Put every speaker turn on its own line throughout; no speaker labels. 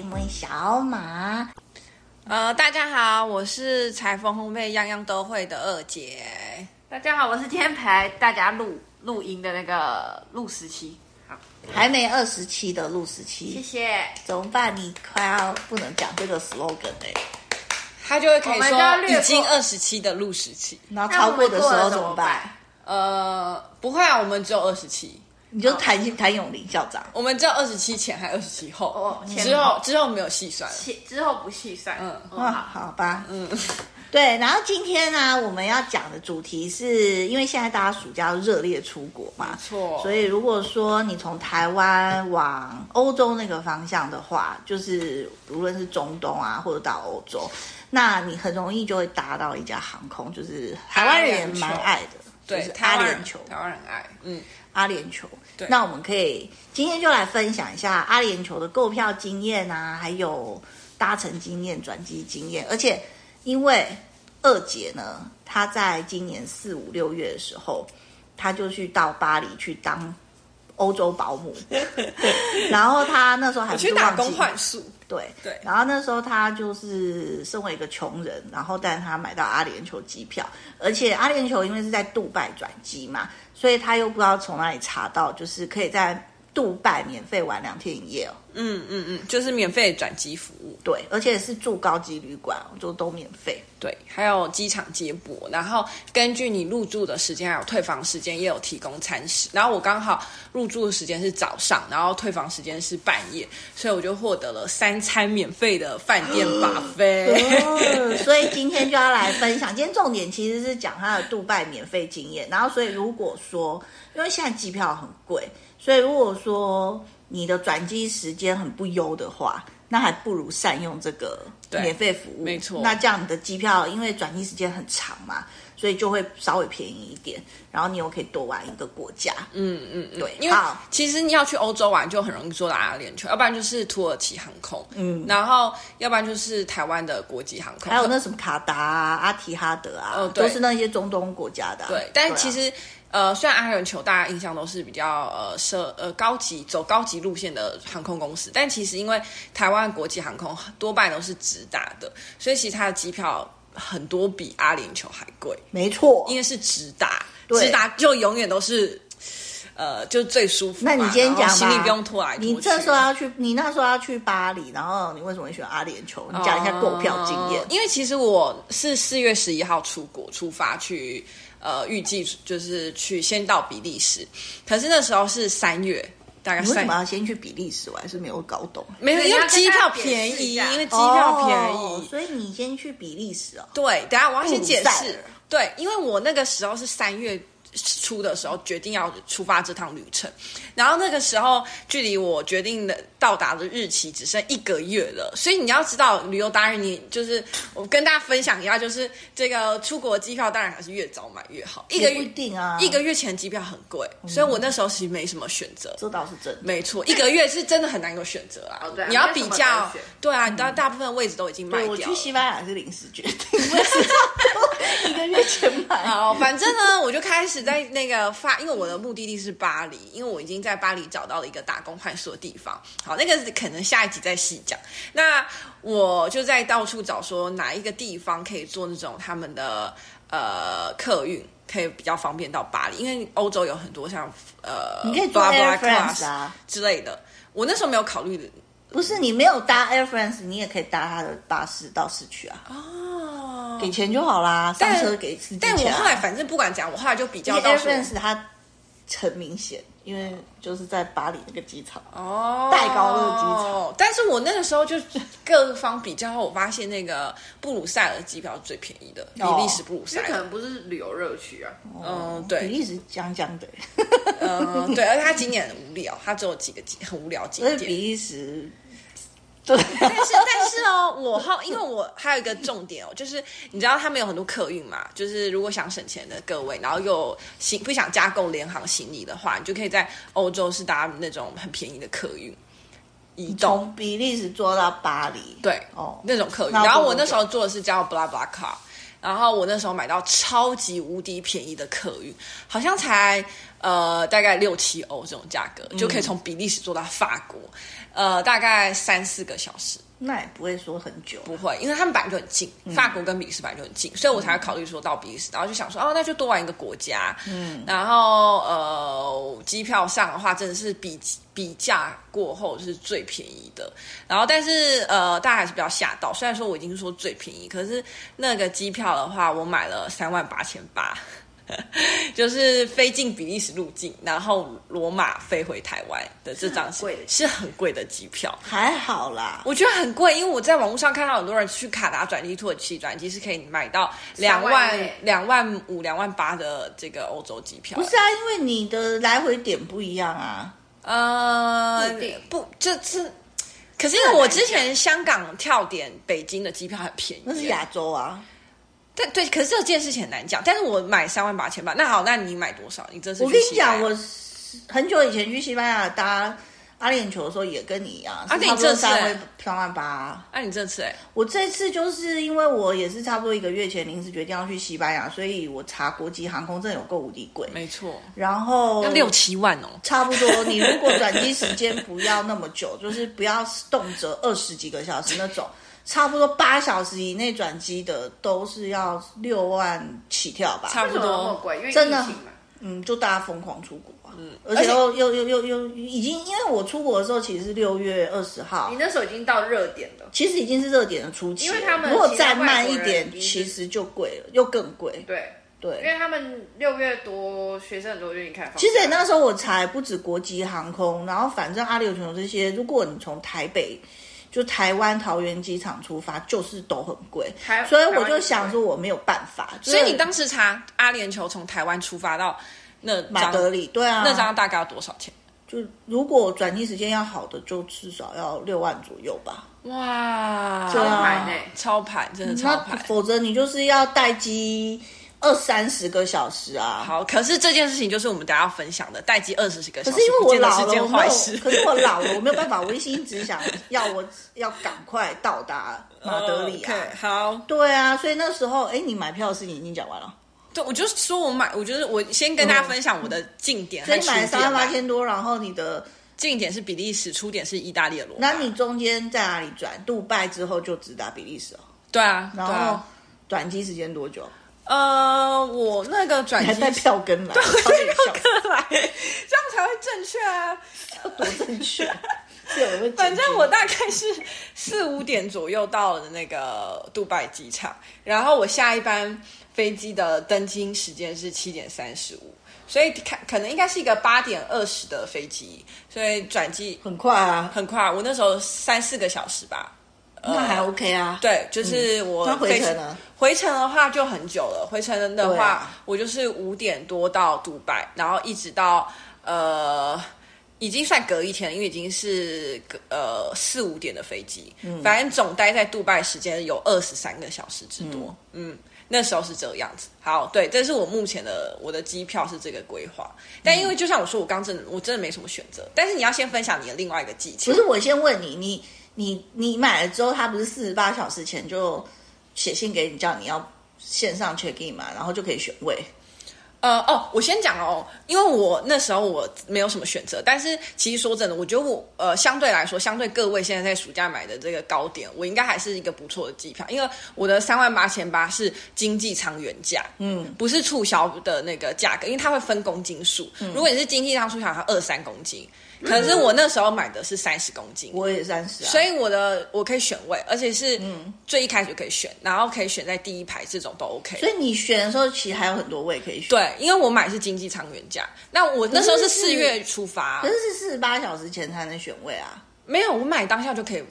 因为小马。
呃，大家好，我是裁缝烘焙样样都会的二姐。
大家好，我是今天陪大家录录音的那个录时期。好，
还没二十七的录十
谢
七，
谢。
怎么办？你快要不能讲这个 slogan 哎、
他就会可以
我们就要
说
略过
已经二十七的录十七。
然后
那
超
我
过
们
的时
过
候
了
怎
怎
么
么
办
办？
呃，不会啊，我们只有二十七，
你就谭谭咏麟校长，
我们只有二十七前还二十七后，
哦前
之后之后没有细算了。
其之后不细算。
嗯
嗯，
哇，
好。
好吧，
嗯，
对。然后今天呢、我们要讲的主题是因为现在大家暑假要热烈出国嘛
没，错。
所以如果说你从台湾往欧洲那个方向的话，就是无论是中东啊，或者到欧洲，那你很容易就会搭到一家航空，就是台湾人也蛮爱的，
对
就是
台
阿
湾人
联酋，
台湾人爱，嗯，
阿联酋。那我们可以今天就来分享一下阿联酋的购票经验啊，还有搭乘经验、转机经验。而且因为二姐呢，她在今年四五六月的时候，她就去到巴黎去当欧洲保 姆，然后她那时候还
我
不是
去打
忘
工
记
换宿，
对
对
然后那时候他就是身为一个穷人，然后但他买到阿联酋机票，而且阿联酋因为是在杜拜转机嘛，所以他又不知道从哪里查到，就是可以在杜拜免费玩两天一夜哦。
嗯嗯嗯，就是免费转机服务，
对，而且是住高级旅馆哦，就都免费。
对，还有机场接驳，然后根据你入住的时间还有退房时间，也有提供餐食。然后我刚好入住的时间是早上，然后退房时间是半夜，所以我就获得了三餐免费的饭 店把 费。
哦，所以今天就要来分享。今天重点其实是讲他的杜拜免费经验。然后，所以如果说，因为现在机票很贵，所以如果说你的转机时间很不优的话，那还不如善用这个
对
免费服务。
没错
那这样你的机票因为转机时间很长嘛，所以就会稍微便宜一点。然后你又可以多玩一个国家。
嗯嗯嗯，
对
因为
好
其实你要去欧洲玩，就很容易坐到阿联酋，要不然就是土耳其航空，嗯，然后要不然就是台湾的国际航空，
还有那什么卡达啊、阿提哈德啊，
哦对
都是那些中东国家的啊、
对，但
啊
其实、呃，虽然阿联酋大家印象都是比较呃奢呃高级走高级路线的航空公司，但其实因为台湾国际航空多半都是直达的，所以其实它的机票很多比阿联酋还贵，
没错，
因为是直达，
哦对
直达就永远都是呃就最舒服
那
嘛。
你今天
然
讲
后
吧，
行李不用拖来拖去。
你这时
啊
候要去，你那时候要去巴黎，然后你为什么会选阿联酋？你讲一下购票经验。
哦因为其实我是四月十一号出国出发去，呃，预计就是去先到比利时，可是那时候是三月，大概
你为什
三
么。要先去比利时？我还是没有搞懂。
没有，
对
因
你
为
要跟
机票
大家解释
便
一
宜，
下
因为机票便宜，
哦所以你先去比利时哦。
对，等一下我要先解
布鲁塞
释
尔。
对，因为我那个时候是三月初的时候决定要出发这趟旅程，然后那个时候距离我决定的到达的日期只剩一个月了，所以你要知道旅游达人，你就是我跟大家分享一下，就是这个出国机票当然还是越早买越好，一个
也不
月
一定啊
一个月前机票很贵，所以我那时候其实没什么选择。
这倒是真的。
没错，一个月是真的很难有选择啊！
哦对啊
你要
没什
比
么
较
可选，
对啊，你
嗯
知道大部分位置都已经卖
对，
掉
我
了。
去西班牙是临时决 定，我也是差不多一个月前买。
好，哦反正呢，我就开始在那个发，因为我的目的地是巴黎，因为我已经在巴黎找到了一个打工换宿的地方。好，那个是可能下一集再细讲。那我就在到处找，说哪一个地方可以做那种他们的呃客运。可以比较方便到巴黎，因为欧洲有很多像呃，
你可以坐 Air France 啊
之类的。我那时候没有考虑
不是你没有搭 Air France，你也可以搭他的巴士到市区啊，
哦，
给钱就好啦，上
但
车给司机
但我
钱啊
后来反正不管讲，我后来就比
因
较
为
到
Air
说
France 它很明显，因为就是在巴黎那个机场。
哦，
戴高乐机场。
但是我那个时候就各方比较，我发现那个布鲁塞尔的机票是最便宜的，比
哦
利时布鲁塞
这可
尔。
能不是旅游热区啊。
嗯，
比
对，
利时僵僵的，
嗯，对，而且它景点很无聊，它只有几个景很无聊景
所以比
点。
利时，对，
但 是但是哦，我好，因为我还有一个重点哦，就是你知道他们有很多客运嘛，就是如果想省钱的各位，然后又行不想加购联航行李的话，你就可以在欧洲是搭那种很便宜的客运移动。
从比利时坐到巴黎，
对，
哦
那种客运。
那要
然后
坐
我
多
那时
久
候坐的是叫 blah blah car，然后我那时候买到超级无敌便宜的客运，好像才呃大概六七欧这种价格，就可以从比利时坐到法国，呃大概三四个小时。
那也不会说很久。
不会，因为他们本来就很近，法国跟比利时本来就很近，所以我才会考虑说到比利时，然后就想说哦，那就多玩一个国家。嗯，然后呃，机票上的话真的是比比价过后是最便宜的，然后但是呃，大家还是不要吓到，虽然说我已经说最便宜，可是那个机票的话，我买了三万八千八。 就是飞进比利时入境，然后罗马飞回台湾的这张
是很贵的
是很贵的机票，
还好啦，
我觉得很贵，因为我在网络上看到很多人去卡达转机、土耳其转机是可以买到两万
三万、
两万五、两万八的这个欧洲机票。
不是啊，因为你的来回点不一样啊。
呃
固定，
不，这是，可是因为我之前香港跳点北京的机票很便宜，
那是亚洲啊，
但对，可是这件事情很难讲。但是我买三万八千八，那好，那你买多少？你这是
我跟你
去西班
讲，
牙
我很久以前去西班牙搭阿联酋的时候，也跟你一样，
啊
是
那你
差不多
这次
三
欸
万三万八。
那、你这次哎、
我这次就是因为我也是差不多一个月前临时决定要去西班牙，所以我查国际航空真的有够无敌贵，
没错，
然后
要六七万哦。
差不多，你如果转机时间不要那么久， 就是不要动辄二十几个小时那种，差不多八小时以内转机的都是要六万起跳吧，
差不
为什么那么
多，
贵？因为疫
真的
情嘛。
嗯，就大家疯狂出国啊，嗯，而且又又又又又已经，因为我出国的时候其实是六月二十号
你，那时候已经到热点了，
其实已经是热点的初期了，
嗯因为他们
如果
其他
再
外国
慢一
人
点，
已经
其实就贵了，又更贵，
对，
对，
因为他们六月多学生很多就已经开放。
其实也那个时候我才不止国际航空，然后反正阿联酋这些，如果你从台北就台湾桃园机场出发，就是都很贵
台，
所以我就想说我没有办法。
所以
就是
你当时查阿联酋从台湾出发到那
马
张
德里对啊，
那张大概要多少钱？
就如果转机时间要好的，就至少要六万左右吧。
哇，
对啊
买呢，
超盘真的超
那
盘。
否则你就是要待机二三十个小时啊。
好，可是这件事情就是我们大家要分享的，待机二十个小
可
时，
是因为
不
我
见得
老
是
了，
件
我没
坏
有，
事。
可是我老了，我没有办法，我一心只想要我要赶快到达马 德里啊。
哦 OK，好，
对啊，所以那时候，哎，你买票的事情已经讲完了，
对，我就是说我买，我觉得我先跟大家分享我的近点
所嗯
和
以你
出
买了
点啊
三万
吧
八。千多，然后你的，
近点是比利时，出点是意大利的罗马。
那你中间在哪里转？杜拜之后就直达比利时哦，
对啊，对
然后
啊。
转机时间多久？
呃，我那个转
你
机
还带
是
票 根来，超点笑，
客来， 这样才会正确啊。
多正确。这我会剪
反正
辑
我大概是 四五点左右到了那个杜拜机场，然后我下一班飞机的登机时间是七点三十五，所以看可能应该是一个八点二十的飞机，所以转机
很快啊，
很快，我那时候三四个小时吧。
那还 OK 啊。
对，就是我
那回
飞
程呢？
回程的话就很久了，回程的
对
话，
啊
我就是五点多到杜拜，然后一直到呃，已经算隔一天了，因为已经是隔呃四五点的飞机，
嗯
反正总待在杜拜时间有二十三个小时之多，嗯。那时候是这样子，好，对，这是我目前的我的机票是这个规划，但
嗯
因为就像我说，我刚真的我真的没什么选择，但是你要先分享你的另外一个技巧
不，是，我先问你，你你你买了之后，他不是四十八小时前就写信给你，叫你要线上 check in 嘛，然后就可以选位。
呃哦，我先讲哦，因为我那时候我没有什么选择，但是其实说真的，我觉得我呃相对来说，相对各位现在在暑假买的这个高点，我应该还是一个不错的机票，因为我的三万八千八是经济舱原价，嗯，不是促销的那个价格，因为它会分公斤数，
嗯
如果你是经济舱促销，它二三公斤，可是我那时候买的是三十公斤，
我也三十啊，
所以我的我可以选位，而且是
嗯
最一开始就可以选，然后可以选在第一排，这种都 OK。
所以你选的时候，其实还有很多位可以选。
对，因为我买是经济舱原价，那我那时候是
可是
四月出发
可，是是四十八小时前才能选位啊，
没有，我买当下就可以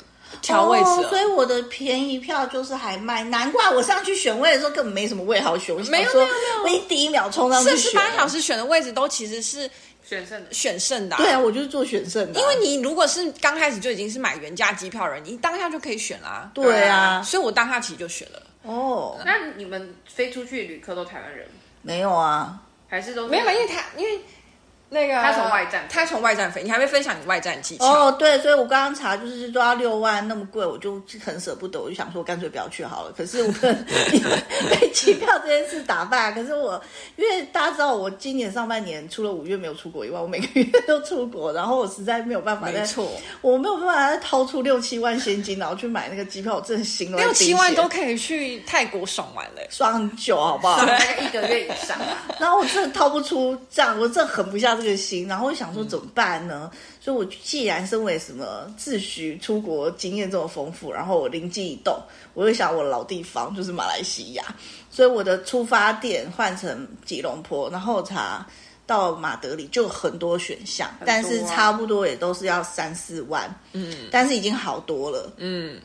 调位置啊
哦
了。
所以我的便宜票就是还卖，难怪我上去选位的时候根本没什么位好选。我想
没有
说
没有
我一第一秒冲上去
四十
选。
八小时选的位置都其实是
选胜的
选剩的、
对啊，，我就是做选胜的啊、
因为你如果是刚开始就已经是买原价机票的人，你当下就可以选啦、
对啊，
所以我当下其实就选了，
哦，
那你们飞出去的旅客都台湾人吗，
没有啊，
还是都是
没有，因为他因为那个
他从外站
他从外站飞，你还没分享你外站技巧。
哦，对，所以我刚刚查就是都要六万，那么贵，我就很舍不得，我就想说干脆不要去好了。可是我 被机票这件事打败，可是我因为大家知道我今年上半年除了五月没有出国以外，我每个月都出国，然后我实在没有办法
没
再，
错，
我没有办法再掏出六七万现金，然后去买那个机票，我真的心乱。
六七万都可以去泰国爽玩嘞。
爽很久，好不好？
大概一个月以上啊吧。
然后我真的掏不出这样，我真的狠不下这个心。然后我想说怎么办呢？所以我既然身为什么自诩出国经验这么丰富，然后我灵机一动，我就想我老地方就是马来西亚，所以我的出发点换成吉隆坡，然后查到马德里就有很多选项，
多啊
但是差不多也都是要三四万，嗯，但是已经好多了，
嗯，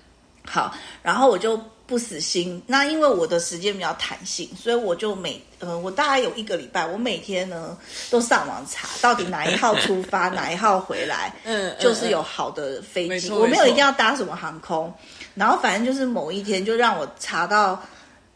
好，然后我就不死心。那因为我的时间比较弹性，所以我就每呃，我大概有一个礼拜，我每天呢都上网查到底哪一号出 发，哪一号回来，
嗯嗯
就是有好的飞
呃没
机。
错
我没有
没错
一定要搭什么航空，然后反正就是某一天就让我查到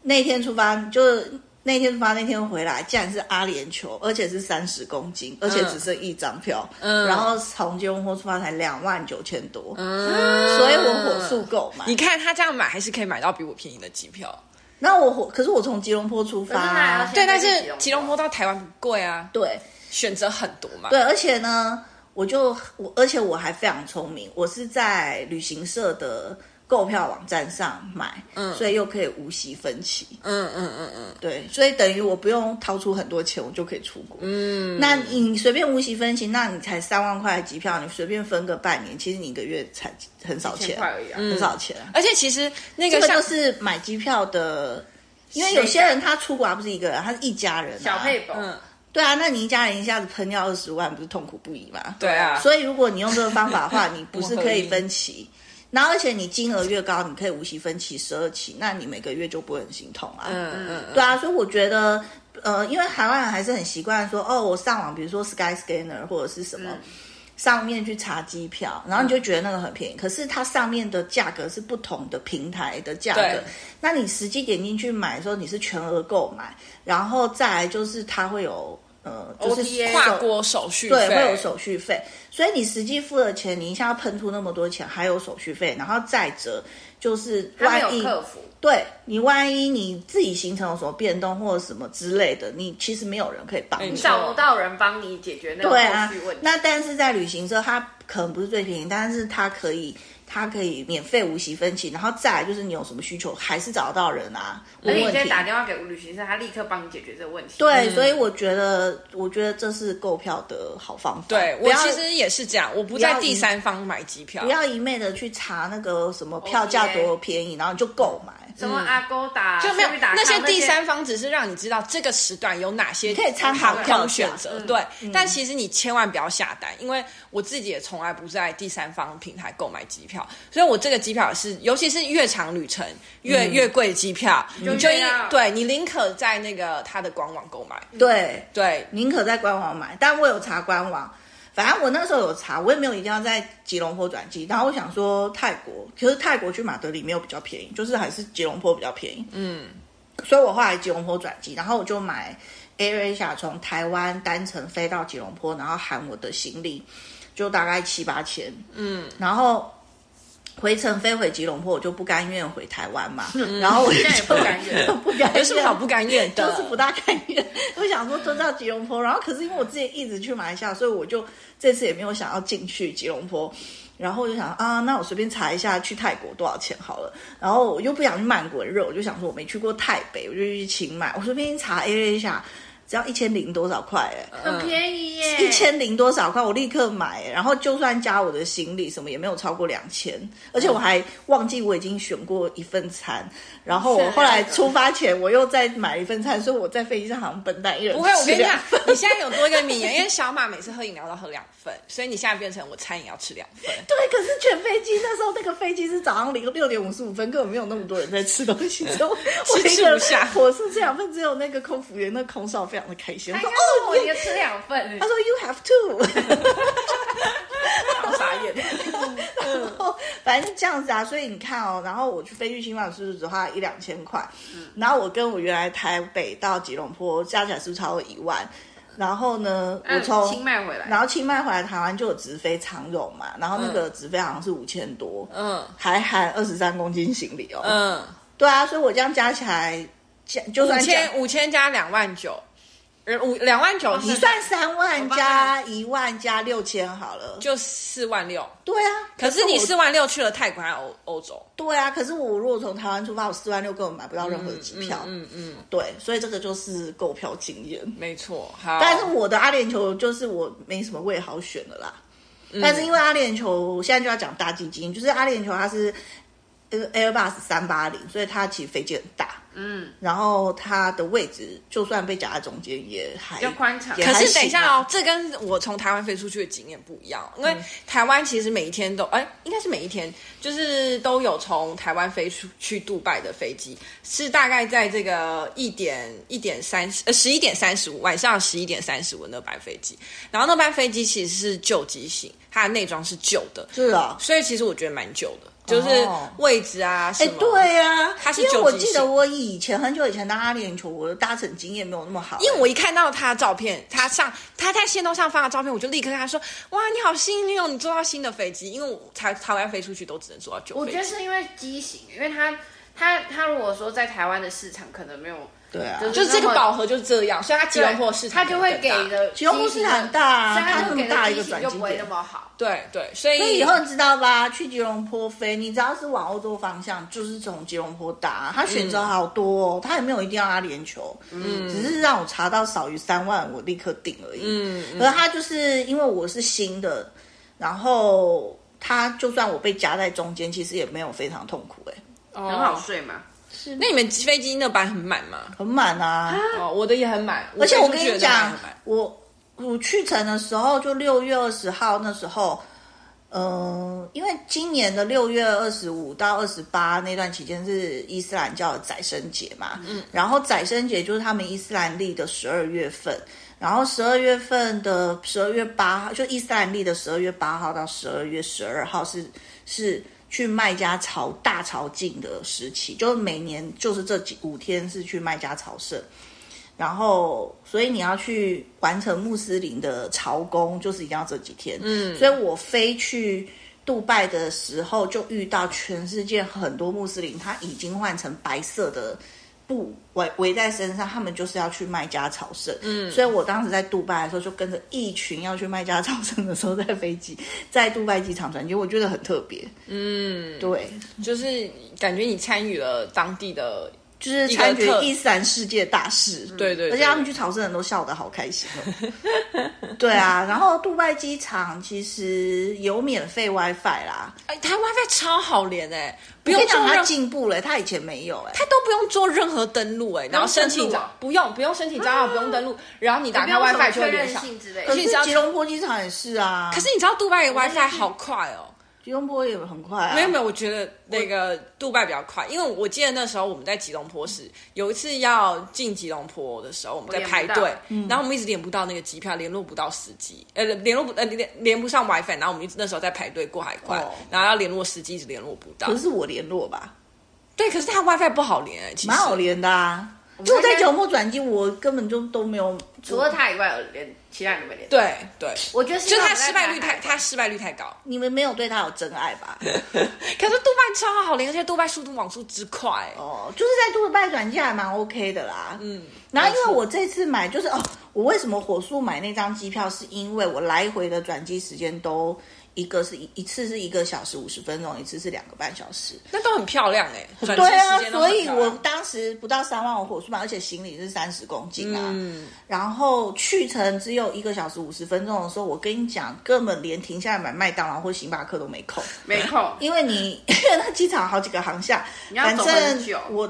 那天出发，就是那天出发那天回来，竟然是阿联酋，而且是三十公斤，而且只剩一张票，
嗯
然后从吉隆坡出发才两万九千多，
嗯
所以我火速购买。
你看他这样买还是可以买到比我便宜的机票。
那我火，可是我从吉隆坡出发、啊
可是那还要先
对，但
飞
是吉隆坡到台湾不贵啊，
对
选择很多嘛。
对，而且呢，我就我而且我还非常聪明，我是在旅行社的购票网站上买，嗯，所以又可以无息分期，
嗯嗯嗯嗯，
对，所以等于我不用掏出很多钱，我就可以出国。嗯，那你随便无息分期，那你才三万块的机票，你随便分个半年，其实你一个月才很少
千
钱，
块而已啊。
很少钱。
而且其实那
这
个
个
像
就是买机票的，因为有些人他出国他不是一个人，他是一家人、啊，
小配宝，
嗯，
对啊，那你一家人一下子喷掉二十万，不是痛苦不已吗？
对啊
所以如果你用这个方法的 话，你不是可
不合理
以分期，然后而且你金额越高，你可以无息分期十二期，那你每个月就不会很心痛啊。
嗯嗯嗯
对啊，所以我觉得，呃，因为台湾人还是很习惯说，哦，我上网，比如说 Skyscanner 或者是什么。
嗯
上面去查机票，然后你就觉得那个很便宜，可是它上面的价格是不同的平台的价格
对。
那你实际点进去买的时候，你是全额购买，然后再来就是它会有呃，就是
OTA
手
哦跨国手续
对，
费
会有手续费，所以你实际付了钱，你一下要喷出那么多钱，还有手续费，然后再者就是
他
万
没有
一
客服，
对你万一你自己行程有什么变动或者什么之类的，你其实没有人可以帮
没
哎
你。
错
找不到人帮你解决那个
对啊
后续问，题。
那但是在旅行社，它可能不是最便宜，但是它可以，它可以免费无息分期，然后再来就是你有什么需求，还是找得到人啊，
而
没
且你
问
现在
题。
打电话给嗯旅行社，他立刻帮你解决这个问题。
对，所以我觉得，我觉得这是购票的好方法。
对
不
我
要
其实也是这样，我不
要
在第三方买机票
不。要一昧的去查那个什么票价多便宜，然后你就购买。
哦什么阿勾达
就没有
那
那些第三方，只是让你知道这个时段有哪些
可以参考
航
票
空
价
选择，
嗯
对。但其实你千万不要下单，因为我自己也从来不在第三方平台购买机票，所以我这个机票是，尤其是越长旅程越、越贵的机票，你就
越
一
要
对你宁可在那个它的官网购买，
嗯对，
对。
宁可在官网买，但我有查官网。反正我那时候有查，我也没有一定要在吉隆坡转机。然后我想说泰国，可是泰国去马德里没有比较便宜，就是还是吉隆坡比较便宜。嗯，所以我后来吉隆坡转机，然后我就买 AirAsia 从台湾单程飞到吉隆坡，然后含我的行李，就大概七八千。嗯，然后回程飞回吉隆坡，我就不甘愿回台湾嘛，然后我 就
嗯现在也不
不
甘愿
甘愿，
有什么好不甘愿的？
就是不大甘愿。我想说蹲到吉隆坡，然后可是因为我之前一直去马来西亚，所以我就这次也没有想要进去吉隆坡。然后我就想啊，那我随便查一下去泰国多少钱好了。然后我又不想去曼谷很热，我就想说我没去过泰北，我就去清迈。我随便一查 A 了一下，只要一千零多少块哎、
很便宜耶，
一千零多少块，我立刻买，然后就算加我的行李什么也没有超过两千，而且我还忘记我已经选过一份餐，然后我后来出发前我又再买一份餐，所以我在飞机上好像笨蛋一人
不会，我
吃
跟你
两
讲，你现在有多一个名言，因为小马每次喝饮料都喝两份，所以你现在变成我餐饮要吃两份。
对，可是全飞机那时候那个飞机是早上零六点五十五分，根本没有那么多人在吃东西，所以我我
吃
一个
不下
我是这两份，只有那个空服员那空少非常的开心，
他
他
应该
说哦
说哎我一
你
个吃两 份，
他说 you have to。
好傻眼。
然后 反正就这样子啊，所以你看哦，然后我去飞去新马是不是只花一
嗯
两千块？然后我跟我原来台北到吉隆坡加起来是不是超过一万？然后呢，
嗯
呃
我从
清迈回来
然后清迈回来台湾就有直飞长荣嘛，然后那个直飞好像是五千多，
嗯
还含二十三公斤行李哦。
嗯，
对啊，所以我这样加起来，加就
五
算加
千五千加两万九，呃五两万九，
你
你算
算三万加一万加六千好了。
就四万六。
对啊，
可是你
我
四万六去了泰国还有欧欧洲，
对啊，可是我如果从台湾出发，我四万六根本买不到任何机票。
嗯嗯嗯，
对，所以这个就是购票经验。
没错。好，
但是我的阿联酋就是我没什么位好选的啦。
嗯
但是因为阿联酋，我现在就要讲大基金，就是阿联酋它是呃 Airbus 三八零，所以它其实飞机很大，
嗯，
然后它的位置就算被夹在中间也还
比较宽敞
也
可
还
是等一下
行啊
哦，这跟我从台湾飞出去的经验不一样，因为
嗯
台湾其实每一天都，哎，应该是每一天，就是都有从台湾飞出去杜拜的飞机，是大概在这个一点一点三十，呃，十一点三十五，晚上十一点三十五那班飞机，然后那班飞机其实是旧机型，它的内装是旧的，
是啊、
所以其实我觉得蛮旧的，就是
哦
位置啊什
哎，
么，
对呀、啊，
它是
因为
旧
我
机
记得
型
我以前很久以前搭阿联酋，我的搭乘经验没有那么好、
因为我一看到他的照片，他上他在线动上发的照片，我就立刻跟他说：“哇，你好幸运哦，你坐到新的飞机。”因为我台台湾飞出去都只能坐到旧
我
飞
觉得
机，
是因为机型，因为它它它如果说在台湾的市场可能没有，
对啊，
就是这个饱和就是这样，所以它吉隆坡市场
它就会给
更大
的
吉隆坡市场很大啊
所以它
它
就
那么
给
大
的
一个
机型就
转机
不会
点
那么好。
对对，所以
所以以后你知道吧？去吉隆坡飞，你只要是往欧洲方向，就是从吉隆坡搭。它选择好多、哦，它也没有一定要阿联酋，嗯，只是让我查到少于三万，我立刻订而已。
嗯
而它就是因为我是新的，然后它就算我被夹在中间，其实也没有非常痛苦、哎，
很
很好。睡嘛，
是
那你们飞机那班很满吗？
很满啊。
哦，我的也很满，
而且我跟
飞出去
你
的那班
讲
很满，
我我去程的时候，就六月二十号那时候，呃，因为今年的六月二十五到二十八那段期间是伊斯兰教的宰生节嘛，嗯，然后宰生节就是他们伊斯兰历的十二月份。然后十二月份的十二月八号，就伊斯兰历的十二月八号到十二月十二号是是去麦加朝大朝觐的时期，就是每年就是这几五天是去麦加朝圣。然后，所以你要去完成穆斯林的朝贡，就是一定要这几天。嗯，所以我飞去杜拜的时候，就遇到全世界很多穆斯林，他已经换成白色的布围围在身上，他们就是要去麦加朝圣。嗯，所以我当时在杜拜的时候，就跟着一群要去麦加朝圣的时候，在飞机在杜拜机场转机，我觉得很特别。嗯，对，
就是感觉你参与了当地的，
就是
一个
参与
特嗯
伊斯兰世界大事，
对对对
而且他们去朝圣人都笑得好开心哦。 对啊，然后杜拜机场其实有免费 WiFi 啦，
哎，台湾 WiFi 超好连哎、不
我
用
跟你
做
讲，
任
它
何
进步了，它以前没有哎、
他都不用做任何登录哎、然后申请
登录
账
啊
不嗯用不用申请账号，不用登录，然后你打
不
开 WiFi
用什么
就会
确
连
认
上。
性之类
可
而且
的。
是
你知道
吉隆坡机场也是啊，
可是你知道杜拜的 WiFi 好快哦。
吉隆坡也很快啊，
没有没有，我觉得那个杜拜比较快，因为我记得那时候我们在吉隆坡时，有一次要进吉隆坡的时候，我们在排
我
队嗯
连不到，
然后我们一直连不到那个机票，联络不到司机，呃，联络不呃连连不上 WiFi，然后我们一直那时候在排队过海关，
哦
然后要联络司机，一直联络不到
可。是我联络吧，
对，可是他 WiFi 不好连、欸，其实
蛮好连的啊。因为我在九末转机，我根本就都没有，
除了它以外，连其他人都没连。，
对对，
我觉得是
就是
因为
他
我们在
失败率
台
太
海
他失败率太高。
你们没有对他有真爱吧？
可是杜拜超好连，而且杜拜速度网速之快、欸
哦，就是在杜拜转机还蛮 OK 的啦。
嗯，
然后因为我这次买就是哦，我为什么火速买那张机票，是因为我来回的转机时间都一个是一一次是一个小时五十分钟，一次是两个半小时。
那都很漂亮哎、欸，转机
对啊
时，间都
所
很
以
漂
我
亮
当时不到三万，我火速买，而且行李是三十公斤啊。
嗯，
然后去程只有一个小时五十分钟的时候，我跟你讲，根本连停下来买麦当劳或星巴克都没空。
没空，
因为你 因为那机场好几个航向，
你要
反
走
正
很久
我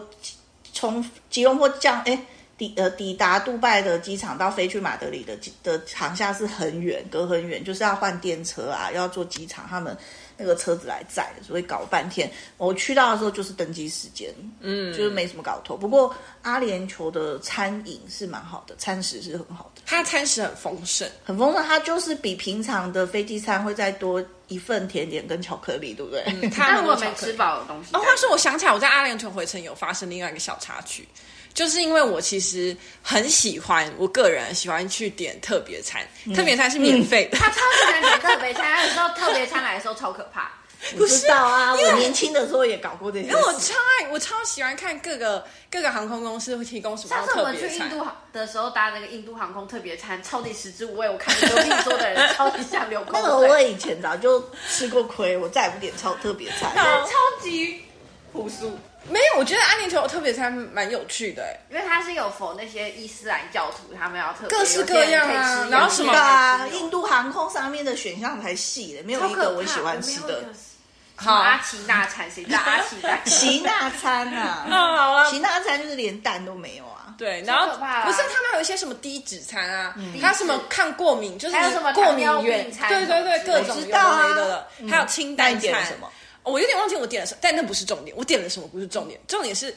从吉隆坡降哎抵呃抵达杜拜的机场到飞去马德里的机的航向是很远，隔很远，就是要换电车啊，要坐机场他们那个车子来载，所以搞了半天。我去到的时候就是登机时间，嗯，就是没什么搞头。不过阿联酋的餐饮是蛮好的，餐食是很好的，
它的餐食很丰盛，
很丰盛。它就是比平常的飞机餐会再多一份甜点跟巧克力，对不对？
它
但
很 多
我
巧
没
克
吃
力。
饱的东西。
哦，话说我想起来，我在阿联酋回程有发生另外一个小插曲，就是因为我其实很喜欢，我个人喜欢去点特别餐，特别餐是免费的。
他超级难点特别餐，他有时候特别餐来的时候超可怕。
我知道啊，我年轻的时候也搞过这些
因为我
事。
超爱，我超喜欢看各个各个航空公司会提供什么
上
样
次我
特
们去
别
印
餐。
度的时候搭那个印度航空特别餐，超级食之无味，我看着隔壁桌的人超级想流口
那个我
水，
以前早就吃过亏，我再也不点超特别菜。
好
超级朴素。
啊没有，我觉得阿联酋有特别餐蛮有趣的、欸，
因为他是有否那些伊斯兰教徒，他们要特别
各式各样啊
有些人可以吃
然后
有
什
些
么
对
人
啊，
可以吃
印度航空上面的选项才细的，没有一个我喜欢吃
超可怕我没有
的
一。个什么阿奇纳产，谁知道阿奇纳
奇纳餐啊，
那好了
奇纳餐就是连蛋都没有啊。
对，
超
然后
可怕啊
不是他们还有一些什么低脂餐啊，
低
还有什么
脂
抗过敏，就是
还有什么
过
糖
敏
尿病
源，对
餐
对对，
什么之
我
各种
类的
知
有的
道啊
没的了，
嗯
还有清
那
淡
你点
餐
了什么？
哦我有点忘记我点了什么，但那不是重点，我点了什么不是重点，重点是。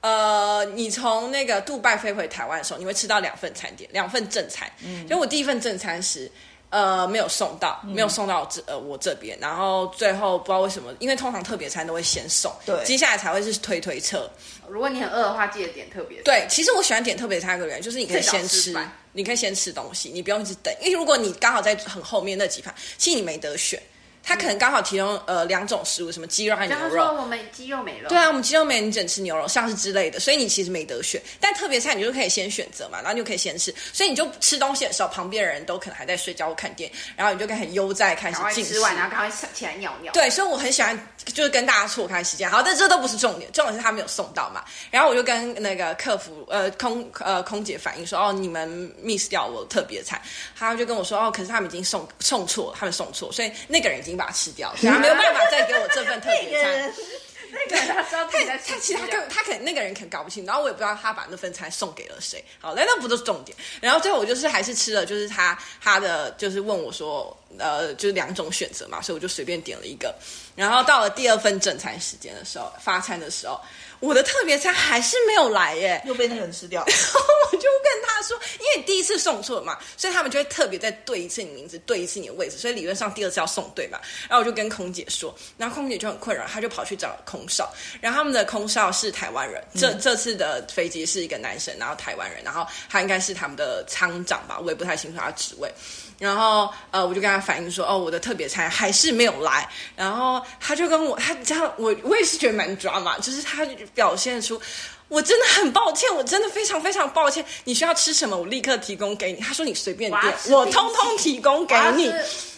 呃，你从那个杜拜飞回台湾的时候，你会吃到两份餐点，两份正餐。嗯，就我第一份正餐是，呃，没有送到，
嗯
没有送到这呃我这边，然后最后不知道为什么，因为通常特别餐都会先送，
对
接下来才会是推推车。
如果你很饿的话，记得点特别的。
对，其实我喜欢点特别餐的啊人，就是你可以
最早
先
吃
吃
饭，
你可以先吃东西，你不用一直等，因为如果你刚好在很后面那几盘，其实你没得选，他可能刚好提供呃两种食物，什么鸡肉和
然后
牛
他说
肉。
我们肌肉没了，
对啊，我们鸡肉没，你只能吃牛肉、像是之类的，所以你其实没得选。但特别菜你就可以先选择嘛，然后你就可以先吃，所以你就吃东西的时候，旁边的人都可能还在睡觉或看电影，然后你就可以很悠哉地开始
赶快
进
吃
食。
完，然后赶快起来尿尿。
对，所以我很喜欢，就是跟大家错开时间。好，但这都不是重点，重点是他没有送到嘛。然后我就跟那个客服，呃，空呃空姐反映说，哦，你们 miss 掉我特别菜。他就跟我说，哦，可是他们已经送送错了，他们送错，所以那个人已经把它吃掉了，所以他没有办法再给我这份特
那
别餐
个。
那个他知道自
他
己在
他
吃
其
鸡
实
肉
他根本他可能那个人可能搞不清，然后我也不知道他把那份餐送给了谁。好，那那不是重点。然后最后我就是还是吃了，就是他他的就是问我说，呃，就是两种选择嘛，所以我就随便点了一个。然后到了第二份正餐时间的时候，发餐的时候，我的特别餐还是没有来耶。
又被那个人吃掉。
然后我就跟他说，因为你第一次送错了嘛，所以他们就会特别再对一次你名字，对一次你的位置，所以理论上第二次要送对嘛。然后我就跟空姐说，然后空姐就很困扰，她就跑去找空少，然后他们的空少是台湾人，这、嗯这次的飞机是一个男生，然后台湾人，然后他应该是他们的舱长吧，我也不太清楚他的职位。然后呃，我就跟他反映说，哦，我的特别餐还是没有来。然后他就跟我，他你知道我我也是觉得蛮抓嘛，就是他表现出。我真的很抱歉，我真的非常非常抱歉。你需要吃什么，我立刻提供给你。他说你随便
我
点
要，吃
我
冰淇
通通提供给你。
然后是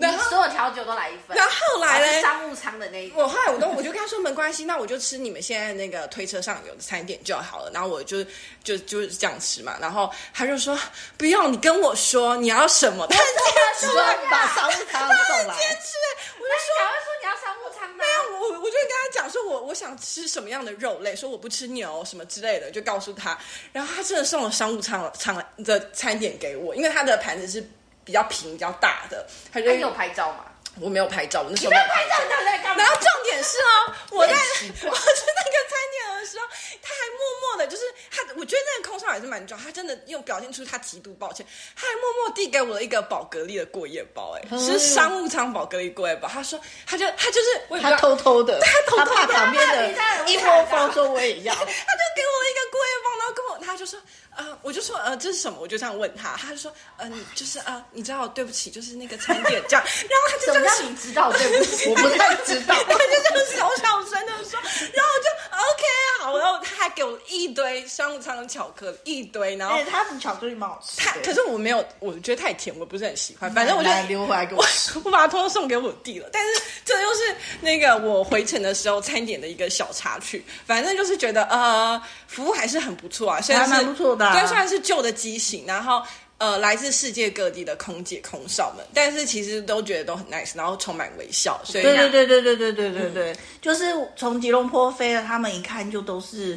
然
你
后
所有调酒都来一份，
然后后来嘞
我是商务舱的那一份，
我后来我都我就跟他说没关系，那我就吃你们现在那个推车上有的餐点就好了。然后我就就就是这样吃嘛。然后他就说不用，你跟我说你要什么。他
你说 把商务舱送来，
是，我就
那
说
你赶快说你要商务舱的啊，
没有，我我就跟他讲说我我想吃什么样的肉类，说我不吃牛什么之类的，就告诉他。然后他真的送了商务舱舱的餐点给我，因为他的盘子是比较平、比较大的，他就、
哎你有拍照吗？
我没有拍照，我那时
你
候
没
没
有
有
拍照，你到底在干嘛
然后？重点是 哦，我在 我
很
吃
奇
那
怪
个餐点的时候，他还默默的，就是他，我觉得那个空少也是蛮装，他真的用表现出他极度抱歉，他还默默递给我了一个宝格丽的过夜包、哎、
哎呦
是商务舱宝格丽过夜包。他说，他就他就是我也不知
他
道。
偷偷的，
他偷偷
怕
的
旁边的
他怕
一
你在
窝蜂说我也要。
他就给我了一个过夜包，然后跟我，他就说，呃，我就说，呃，这是什么？我就这样问他，他就说，呃，你就是呃，你知道，对不起，就是那个餐点 这样，然后他就
什
这
么
样
叫你知道对不起？
我不太知道，
他就这样小小声的说，然后我就呃 OK 好，然后他还给我一堆商务舱的巧克力，一堆，然后
哎，他的巧克力蛮好吃
他
的。
可是我没有，我觉得太甜，我不是很喜欢，反正我就
奶奶溜回来给我
我我 把它偷偷送给我弟了，但是这又是那个我回程的时候餐点的一个小插曲，反正就是觉得呃服务还是很不错啊，虽然是
还蛮不错的啊
对，虽然是旧的机型，然后。呃，来自世界各地的空姐、空少们，但是其实都觉得都很 nice，然后充满微笑，所以
对对对对对对对对对，就是从吉隆坡飞的，他们一看就都是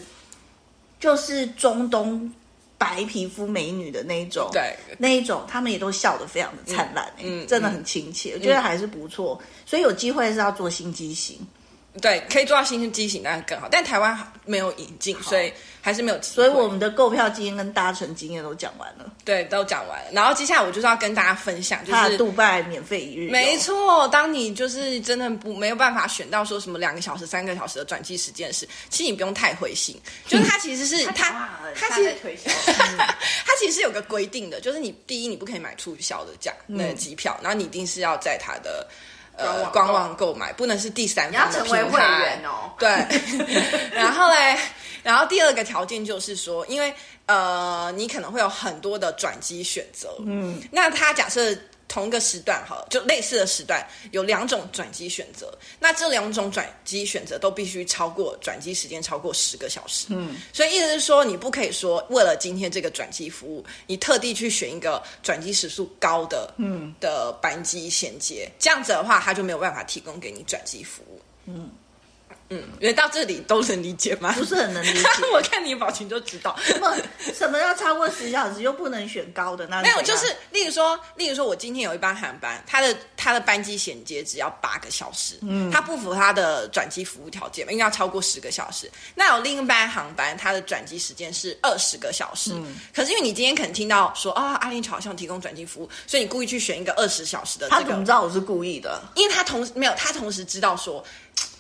就是中东白皮肤美女的那一种，
对
那一种，他们也都笑得非常的灿烂、欸，
嗯嗯
真的很亲切，我觉得还是不错。所以有机会是要做新机型，
对，可以做到新机型，当然更好。但台湾没有引进，所以还是没有机会。
所以我们的购票经验跟搭乘经验都讲完了，
对都讲完了。然后接下来我就是要跟大家分享，就
怕
是
杜拜免费一日游，
没错，当你就是真的不没有办法选到说什么两个小时、三个小时的转机时间时，其实你不用太灰 心，就是它其实是它
哇
它
大
其
在
实
推销
它其实是有个规定的，就是你第一你不可以买促销的价那个机票，然后你一定是要在它的。呃，
嗯官
官
网购
网购买不能是第三
你要
方的
成
平
为
台。
会员哦。
对， 然后嘞，然后第二个条件就是说，因为呃，你可能会有很多的转机选择，嗯，那他假设。同一个时段好了，就类似的时段有两种转机选择，那这两种转机选择都必须超过转机时间超过十个小时。嗯，所以意思是说，你不可以说为了今天这个转机服务，你特地去选一个转机时速高的嗯的班机衔接，这样子的话，他就没有办法提供给你转机服务。嗯，因为到这里都能理解吗？
不是很能理解
我看你表情就知 道。
什么什么要超过十小时又不能选高的，那
没有，
怎
就
样
是例如说，例如说，我今天有一班航班，它的它的班机衔接只要八个小时，嗯，它不符合它的转机服务条件嘛，应该要超过十个小时。那有另一班航班，它的转机时间是二十个小时，
嗯
可是因为你今天可能听到说啊、阿联酋好像提供转机服务，所以你故意去选一个二十小时的
他
这
怎
个
么知道我是故意的？
因为他同没有，他同时知道说，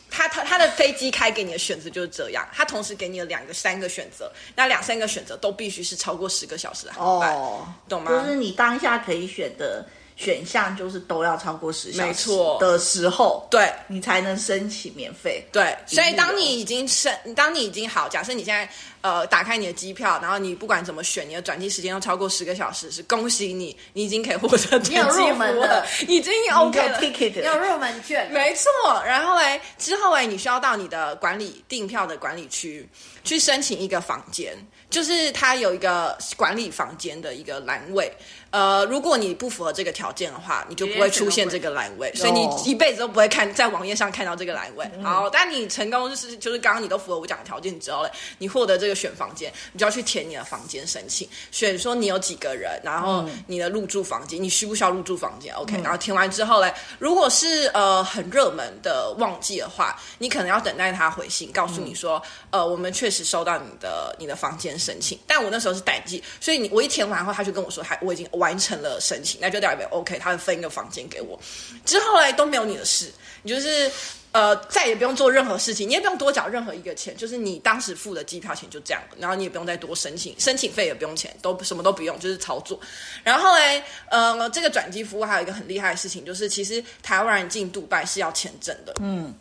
他他他的飞机开给你的选择就是这样，他同时给你了两个三个选择，那两三个选择都必须是超过十个小时的航班，
哦，
懂吗？
就是你当下可以选的选项，就是都要超过十小时
没错
的时候，
对
你才能申请免费。
对，
一
所以
日
当
游
你已经是，当你已经好，假设你现在呃打开你的机票，然后你不管怎么选，你的转机时间都超过十个小时，是恭喜你，你已经可以获得转机
有入
服
门
务
了
了，你已经 OK
有
了。
ticket
有热门券，
没错，然后嘞，之后嘞，你需要到你的管理订票的管理区去申请一个房间，就是它有一个管理房间的一个栏位。呃，如果你不符合这个条件的话，你就不会出现这个栏位，所以你一辈子都不会看在网页上看到这个栏位。好，但你成功就是就是刚刚你都符合我讲的条件之后嘞，你获得这个选房间，你就要去填你的房间申请，选说你有几个人，然后你的入住房间，你需不需要入住房间？OK，、然后填完之后嘞，如果是呃很热门的旺季的话，你可能要等待他回信，告诉你说，呃，我们确实收到你的你的房间申请，但我那时候是淡季，所以你我一填完后，他就跟我说他我已经完成了申请，那就代表 OK，他会分一个房间给我，之后嘞都没有你的事，你就是。呃，再也不用做任何事情，你也不用多缴任何一个钱，就是你当时付的机票钱就这样了，然后你也不用再多申请，申请费也不用钱，都什么都不用，就是操作。然后嘞，呃，这个转机服务还有一个很厉害的事情，就是其实台湾人进杜拜是要签证的，嗯。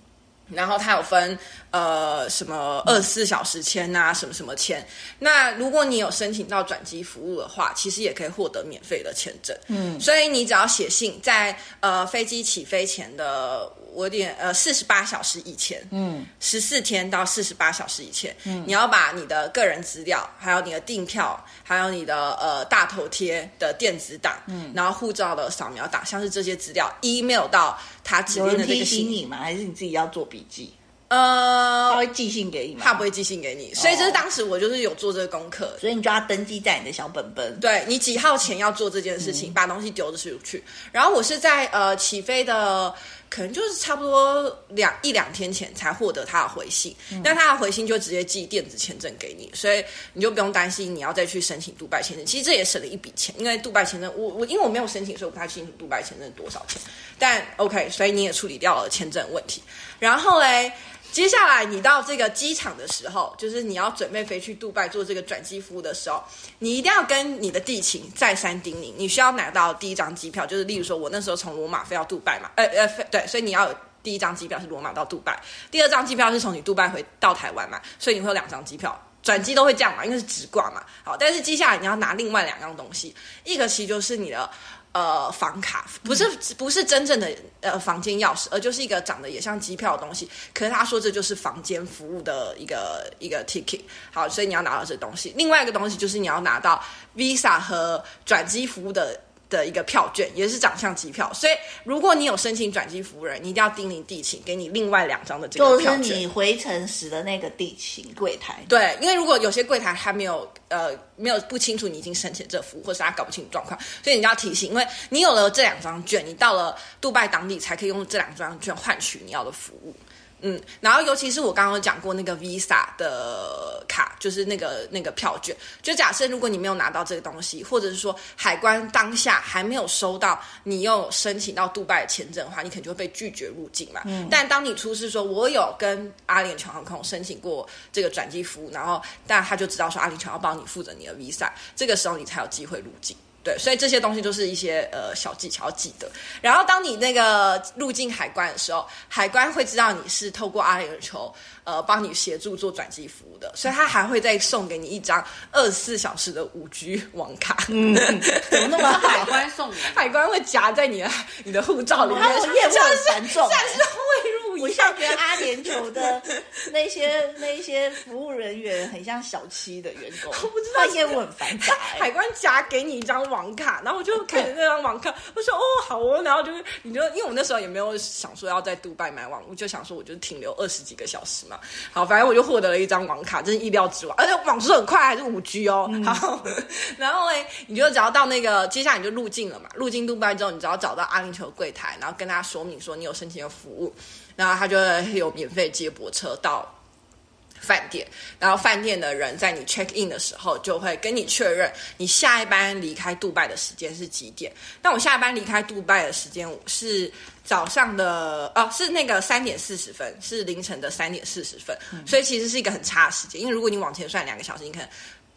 然后它有分呃什么二十四小时签啊，什么什么签。那如果你有申请到转机服务的话，其实也可以获得免费的签证。嗯，所以你只要写信在呃飞机起飞前的我有点呃四十八小时以前，嗯，十四天到四十八小时以前，嗯，你要把你的个人资料，还有你的订票，还有你的呃大头贴的电子档，嗯，然后护照的扫描档，像是这些资料 email 到他指
有
定
人
的这
提
个信
醒你吗？还是你自己要做笔记？
呃
他，会寄信给你吗？
他不会寄信给你，所以这是当时我就是有做这个功课。
所以你就要登记在你的小本本。
对你几号前要做这件事情，把东西丢出去。然后我是在呃起飞的，可能就是差不多两一两天前才获得他的回信。那他的回信就直接寄电子签证给你，所以你就不用担心你要再去申请杜拜签证。其实这也省了一笔钱，因为杜拜签证我我因为我没有申请，所以我不太清楚杜拜签证多少钱。但 OK，所以你也处理掉了签证问题。然后嘞。接下来你到这个机场的时候，就是你要准备飞去杜拜做这个转机服务的时候，你一定要跟你的地勤再三叮咛，你需要拿到第一张机票，就是例如说我那时候从罗马飞到杜拜嘛，呃呃，飞对，所以你要有第一张机票是罗马到杜拜，第二张机票是从你杜拜回到台湾嘛，所以你会有两张机票。转机都会这样嘛，因为是直挂嘛。好，但是接下来你要拿另外两样东西，一个其实就是你的呃房卡，不
嗯
是不是真正的呃房间钥匙，而就是一个长得也像机票的东西。可是他说这就是房间服务的一个一个 ticket。好，所以你要拿到这东西。另外一个东西就是你要拿到 Visa 和转机服务的。的一个票券也是长相机票，所以如果你有申请转机服务人，你一定要叮咛地勤给你另外两张的这个
就
票
是
券。
你回程时的那个地勤柜台，
对，因为如果有些柜台他没有呃没有不清楚你已经申请这服务，或是他搞不清楚状况，所以你要提醒，因为你有了这两张券，你到了杜拜当地才可以用这两张券换取你要的服务。嗯，然后尤其是我刚刚有讲过那个 Visa 的卡，就是那个那个票券。就假设如果你没有拿到这个东西，或者是说海关当下还没有收到，你又申请到杜拜的签证的话，你可能就会被拒绝入境嘛。但当你出示说我有跟阿联酋航空申请过这个转机服务，然后但他就知道说阿联酋要帮你负责你的 Visa，这个时候你才有机会入境。对，所以这些东西都是一些呃小技巧要记得。然后当你那个入境海关的时候，海关会知道你是透过阿联酋呃帮你协助做转机服务的，所以他还会再送给你一张二十四小时的五 G 网卡。嗯，
怎么那么
海
好？
关送人，
海关会夹在你的你的护照里面，
哇我哦业务
像
很
是
繁重欸
像是未入
我
一
现
样
在。觉得阿联酋 的那些那些服务人员很像小七的员 工，
不知道
他业务很繁 杂、欸
海关夹给你一张网卡，然后我就看着那张网卡， 我说哦好哦，然后就是你就因为我那时候也没有想说要在杜拜买网，我就想说我就停留二十几个小时嘛，好，反正我就获得了一张网卡，真是意料之外，而且网速很快，还是五 G 哦，好， 然后嘞，你就只要到那个接下来你就入境了嘛，入境杜拜之后，你只要找到阿联酋柜台，然后跟他说明说你有申请的服务，然后他就会有免费接驳车到饭店，然后饭店的人在你 check in 的时候就会跟你确认你下一班离开杜拜的时间是几点。那我下一班离开杜拜的时间是早上的，哦，是那个三点四十分，是凌晨的三点四十分，所以其实是一个很差的时间。因为如果你往前算两个小时，你可能。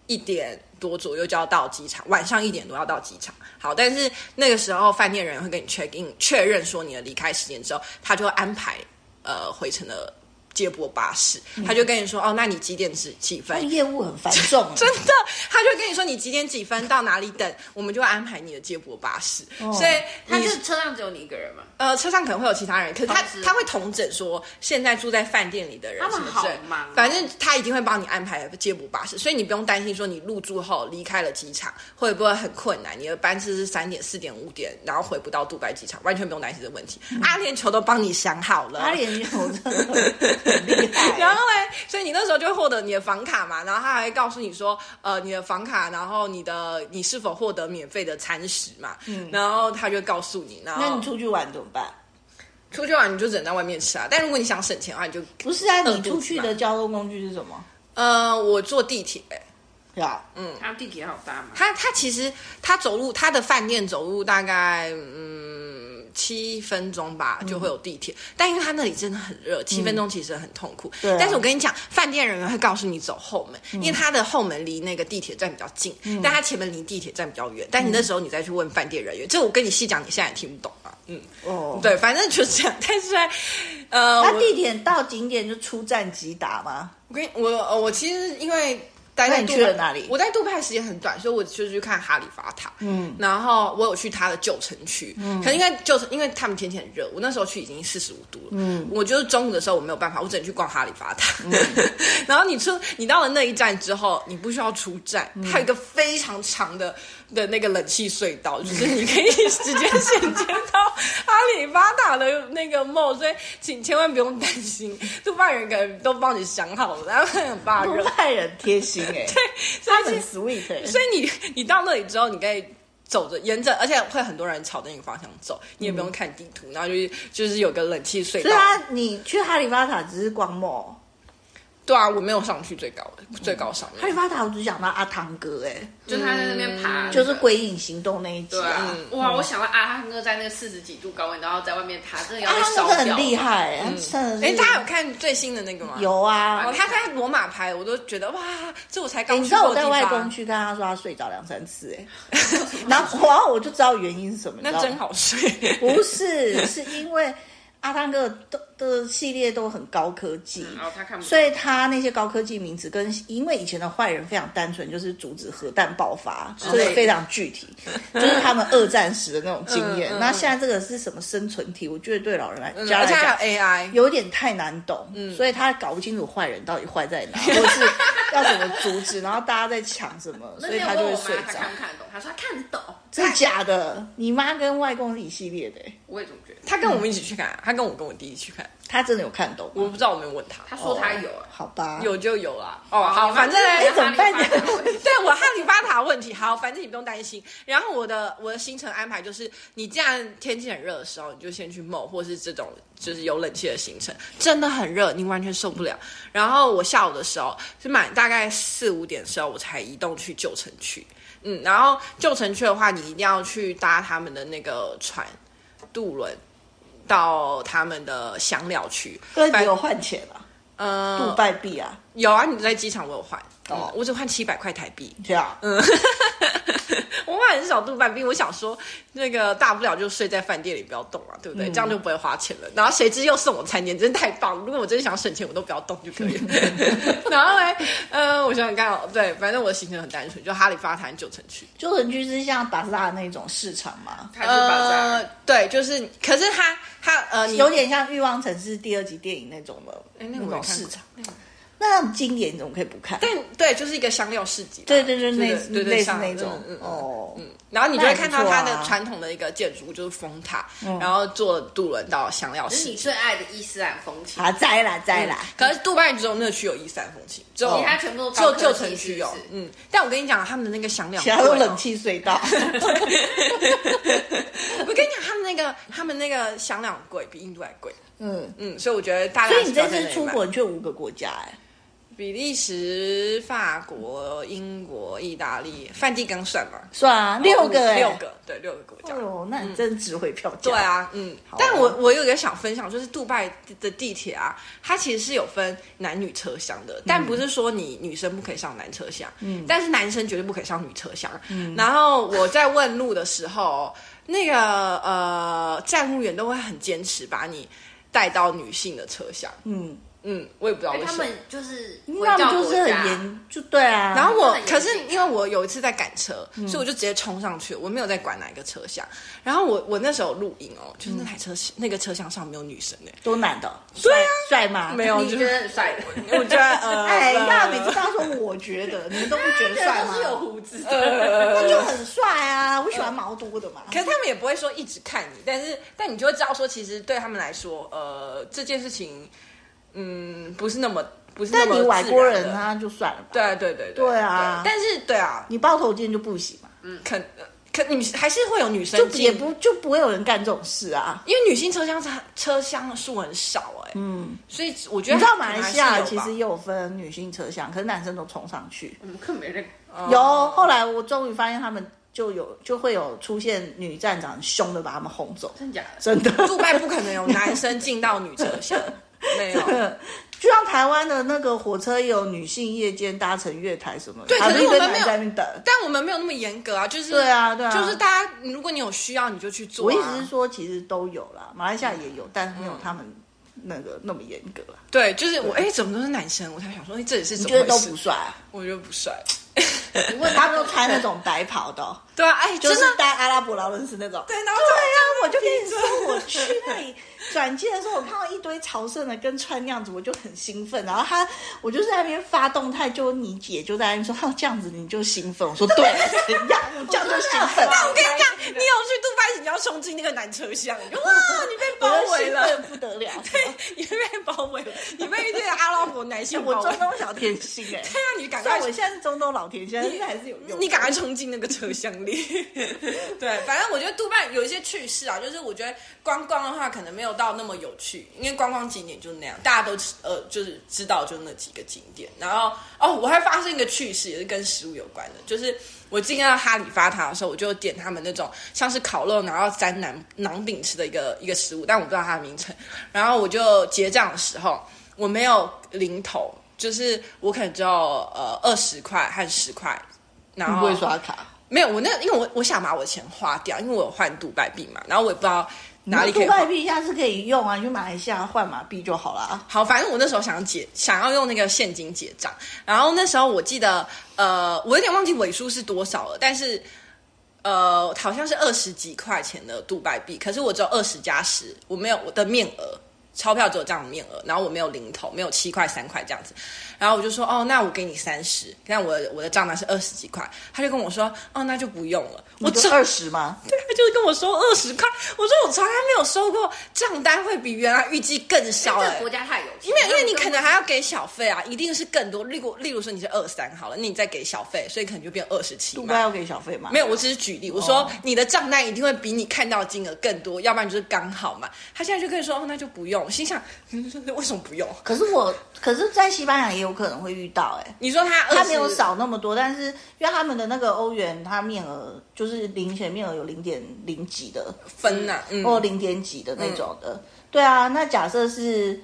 一点多左右就要到机场，晚上一点多要到机场。好，但是那个时候饭店人会跟你 check in，确认说你的离开时间之后，他就会安排呃回程的接驳巴士，
嗯
他就跟你说哦，那你几点几几分
哦
他？业务很繁重、欸，
真的，他就跟你说你几点几分到哪里等，我们就会安排你的接驳巴士。所以
哦他
你
是车上只有你一个人嘛？
呃，车上可能会有其他人，可是他
同时
他会统整说现在住在饭店里的人
他
什
们
么证
好忙哦
反正他一定会帮你安排接驳巴士，所以你不用担心说你入住后离开了机场会不会很困难，你的班次是三点、四点、五点，然后回不到杜拜机场，完全不用担心这个问题。
嗯
阿联酋都帮你想好了，
阿联酋真的很厉害、欸
然后嘞，所以你那时候就会获得你的房卡嘛，然后他还告诉你说，呃，你的房卡，然后你的你是否获得免费的餐食嘛，嗯，然后他就告诉你，然
那
后
你出去玩怎么办？
出去玩你就只能在外面吃啊，但如果你想省钱的话，你就
不是啊，
饿
你
肚
出
子
去
嘛
的交通工具是什么？
呃，我坐地铁、
是吧？
他们地铁好搭嘛？
嗯
他他其实他走路，他的饭店走路大概嗯七分钟吧，
嗯
就会有地铁。但因为他那里真的很热，七分钟其实很痛苦。
对啊嗯
但是我跟你讲，饭店人员会告诉你走后门，因为他的后门离那个地铁站比较近，但他前门离地铁站比较远。但你
嗯
那时候你再去问饭店人员，这我跟你细讲，你现在也听不懂啊。嗯，
哦，
对，反正就是这样。 但是呢呃，
那
我
地铁到景点就出站即达吗？
我跟你我呃我其实因为待在
那你
杜
去
拜
了哪里
我在杜拜时间很短，所以我就去看哈利法塔。嗯，然后我有去它的旧城区，嗯，可能因为旧城，因为他们天气很热，我那时候去已经四十五度了。嗯，我就是中午的时候我没有办法，我只能去逛哈利法塔。 然后你出你到了那一站之后，你不需要出站，它有一个非常长的的那个冷气隧道，就是你可以直接衔接到哈利法塔的那个梦，所以请千万不用担心，杜拜人可能都帮你想好了，然后很怕
杜
热，
拜人贴心哎、欸，
所以
很
其
sweet 欸
所以你你到那里之后，你可以走着沿着，而且会很多人朝着你方向走，你也不用看地图，然后就是就是有个冷气
所
隧
以
道。
啊，你去哈利法塔只是逛梦，
对啊，我没有上去最高的最高上
哈利
面。
法塔我只想到阿汤哥哎、
就是他在那边爬，啊
就是《鬼影行动》那一集
嗯对啊
啊。，
哇！我想到阿汉哥在那个四十几度高温，然后在外面爬，真的要
阿
被
汤
烧
啊哥真的
掉。
很厉害、欸，他真的
哎，
是。
大家有看最新的那个吗？。
有啊
哦，，他在罗马拍的，我都觉得哇，这我才
欸
刚
你
去
知道
过
我
的
在
地
外
方
公，区跟他说他睡着两三次哎、欸 然后然后我就知道原因是什么，你知
那
道吗
真好睡。
不是，是因为阿汤哥的都的系列都很高科技，
嗯
然后
哦
他看不
所以他那些高科技名词跟因为以前的坏人非常单纯，就是阻止核弹爆发，
哦
所以非常具体， 就是他们二战时的那种经验
嗯嗯。嗯嗯
那现在这个是什么生存体？我觉得对老人来家来
而 且嗯
讲。
还有 AI，
有点太难懂，所以他搞不清楚坏人到底坏在哪，或者是要怎么阻止，然后大家在抢什么，
那
所以
天
他
我
就
问
会
我
睡，
妈她
着。
看不看得懂？她说她看得懂。
真的假的？你妈跟外公是一系列的欸、
我也这么觉得。
他跟我们一起去看，他跟我跟我弟一起去看，
他真的有看懂
我
吗？
不知道我没有问他，哦
他说他有啊，
好吧，
有就有啦。哦，好，反正
哎怎么办呢
对我哈利巴塔问题，好，反正你不用担心。然后我的我的行程安排就是，你既然天气很热的时候，你就先去梦，或是这种就是有冷气的行程，真的很热，你完全受不了。然后我下午的时候是满大概四五点的时候，我才移动去旧城区。嗯，然后旧城区的话，你一定要去搭他们的那个船渡轮到他们的香料区。
哥你
反
有换钱啊？
呃，
杜拜币啊，
有啊，你在机场我有换，
哦
哦，我只换七百块台币。
这样，
嗯 我换很少杜拜币，我想说那个大不了就睡在饭店里，不要动啊，对不
嗯
对？这样就不会花钱了。然后谁知又送我餐点，真的太棒！如果我真的想省钱，我都不要动就可以 了。然后嘞，呃，我想想看哦，对，反正我的行程很单纯，就哈利法塔和九城区。
旧城区是像巴萨那种市场吗？
他就把
呃
在，
对，就是，可是他他呃，你
有点像《欲望城市》第二集电影那种的，
哎那
那
个我没
种
看过
市场，那很经典，你怎么可以不看？
但对，就是一个香料市集啦。
对对对，类
对
似
对对
类似
像
那种
嗯嗯嗯
哦，
然后你就会看到它
那也不错啊嗯
的传统的一个建筑物，就是风塔，然后坐渡轮到香料
这是
市
你。最爱的伊斯兰风情，
好，再来再来，哦
哎可是杜拜只有那区有伊斯兰风情，只有
其他全部都
只
高
有
科技
旧城区有
是不是，
嗯。但我跟你讲，他们的那个香料
其他都
很贵哦
冷。气隧道，
我跟你讲，他们那个他们那个香料很贵，比印度还贵。
嗯。
嗯，所以我觉得大家
所以你
不要
这
在那
次
里
出
买
国，你去五个国家、哎，
比利时、法国、英国、意大利、梵蒂冈算吗？哦
算啊，六个、哎
六。个，对，六个国
哎
家。
呦，那你真值回票价。
对，啊，嗯，
好啊
但我我有一个想分享，就是杜拜的地铁啊，它其实是有分男女车厢的，
嗯
但不是说你女生不可以上男车厢，嗯，但是男生绝对不可以上女车厢。嗯，然后我在问路的时候，那个呃站务员都会很坚持把你带到女性的车厢，
嗯，
嗯，我也不知道
因
为
为
什
哎他
么
们。就是回
那
教
们就
国
是很
家，
严，就对啊。
然后我
他们很，
可
严
是
谨嗯
因为我有一次在赶车，所以我就直接冲上去，我没有在管哪一个车厢。然后我我那时候有录影哦，就是那台车、
嗯
那个车厢上没有女生哎、
多难的，对啊，帅 吗？
没有，
你
就
觉得很帅的，
我觉得 呃，
哎，
呃
亚美知道说，我觉得啊你们都不觉得帅吗
都？是有胡子
呃
的，嗯
那就很帅啊，我喜欢毛多的嘛。
可是他们也不会说一直看你，但是但你就会知道说，其实对他们来说，呃，这件事情，嗯，不是那么不是那
但
么
你外国
自
人
然的，
啊，就算了吧。，
对对对
对啊
但是对啊，
你包头巾就不行嘛，
肯呃可你还是会有女生
就
进
也不就不会有人干这种事啊。
因为女性车厢车车厢数很少哎、嗯，所以我觉得
你知道马来西亚
还是
其
有吧
实也有分女性车厢，可是男生都冲上去。
我们根本没人。哦
有，后来我终于发现他们就有就会有出现女站长很凶的把他们轰走，
真假的？
真的。
杜拜不可能有男生进到女车 厢，没有。
就像台湾的那个火车也有女性夜间搭乘月台什么的，
对
还
可是
一
我
堆
们
男生
没有
在那边等。
但我们没有那么严格啊，就是
对啊对啊
就是大家，如果你有需要，你就去做、
我
啊。
意思是说，其实都有啦，马来西亚也有，但是没有他们那个那么严格啦。
对，就是我哎、怎么都是男生？我才想说，哎、这里是
你
怎
觉得
么回
都
事
不？帅、啊？
我觉得不帅。
你问
他
他
们都
们
穿那种白袍的哦、
对啊，哎、
就是
真的。
搭阿拉伯劳伦斯那种。
对，然后
对啊，我就跟你说，我去那里转机的时候，我看到一堆朝圣的跟穿那样子，我就很兴奋。然后他，我就在那边发动态，就你姐就在那边说：“哦，这样子你就兴奋。”我说：“对， 怎样？我这样就兴奋。”
我跟你讲，你有去杜拜，你要冲进那个男车 厢，你就哇，
啊
你被包围
我就
了
兴奋，不得了。
你被包围了，你被一堆阿拉伯男性
我
包围。
中
对啊，
东小甜心哎、
你赶
虽
快
然我现在是中东老甜心，但是还是有用。
你赶快冲进那个车厢里。 对，反正我觉得杜拜有一些趣事啊，就是我觉得观光的话，可能没有到那么有趣，因为观光景点就是那样，大家都知呃就是知道就那几个景点。然后哦，我还发生一个趣事，也是跟食物有关的，就是我进到哈里发塔的时候，我就点他们那种像是烤肉，然后沾馕馕饼吃的一个一个食物，但我不知道它的名称。然后我就结账的时候，我没有零头。就是我可能只有呃二十块和十块，然
你
后
不会刷卡，
没有，我那因为我我想把我的钱花掉，因为我有换杜拜币嘛，然后我也不知道哪里可以
杜拜
换。
币下次可以用啊，你去马来西亚换马币就好啊啦。
好，反正我那时候想要结，想要用那个现金结账，然后那时候我记得，呃，我有点忘记尾数是多少了，但是，呃，好像是二十几块钱的杜拜币，可是我只有二十加十，我没有我的面额，钞票只有这样的面额，然后我没有零头，没有七块三块这样子，然后我就说哦，那我给你三十，但我的我的账单是二十几块，他就跟我说哦，那就不用了，我
我
整
就二十吗？
对，他就是跟我说二十块，我说我从来没有收过账单会比原来预计更少、
这
欸，
个国家太有钱，
因为因为你可能还要给小费啊，一定是更多。例如例如说你是二三好了，那你再给小费，所以可能就变二十七
杜拜
啊
嘛。
要给小费吗？
没有，我只是举例，我说
哦
你的账单一定会比你看到的金额更多，要不然就是刚好嘛。他现在就可以说，哦，那就不用。心想，嗯为什么不用？
可是我，可是在西班牙也有可能会遇到、欸，哎，
你说他
他没有
20
少那么多，但是因为他们的那个欧元，它面额就是零钱面额有零点零几的，
分呐、嗯，
哦
或零点几的那种的。对啊，那假设是，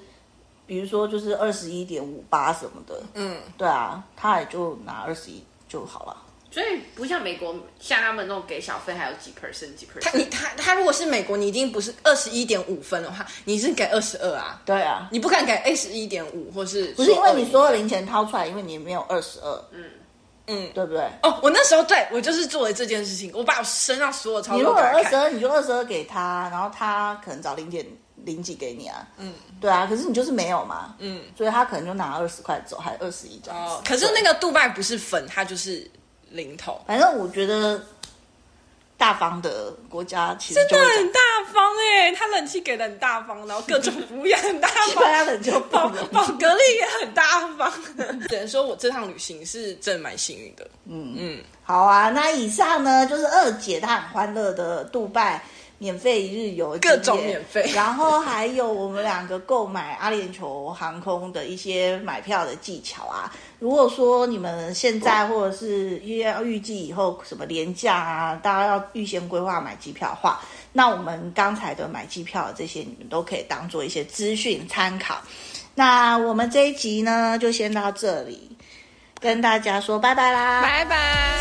比如说就是二十一点五八什么的，
嗯，
对啊，他也就拿二十一就好了。
所以不像美国，像他们那种给小费还有几 percent 几 percent。
他你他他如果是美国，你一定不是二十一点五分的话，你是给二十二啊，
对啊，
你不敢给二十一点五，或是
不是因为
21
你所有零钱掏出来，因为你没有二十二，嗯
嗯
对不对？
哦，我那时候对我就是做了这件事情，我把我身上所有钞
你
票
如
都
果
给他
二十
看，
二，你就二十二给他，然后他可能找零点零几给你啊，嗯，对啊，可是你就是没有嘛，嗯，所以他可能就拿二十块走，还二十一这样子
哦，可是那个杜拜不是粉，它就是零头，
反正我觉得大方的国家其实
真
就
的啊
会讲
很大方哎、他冷气给的很大方，然后各种服务也很大
西
方
班。牙人就爆
宝
了，
宝格丽也很大方， 只能说我这趟旅行是真的蛮幸运的。
好啊，那以上呢就是二姐她很欢乐的杜拜免费一日游，
各种免费
然后还有我们两个购买阿联酋航空的一些买票的技巧啊。如果说你们现在或者是预预计以后什么廉价啊，大家要预先规划买机票的话，那我们刚才的买机票的这些，你们都可以当做一些资讯参考。那我们这一集呢，就先到这里，跟大家说拜拜啦，
拜拜。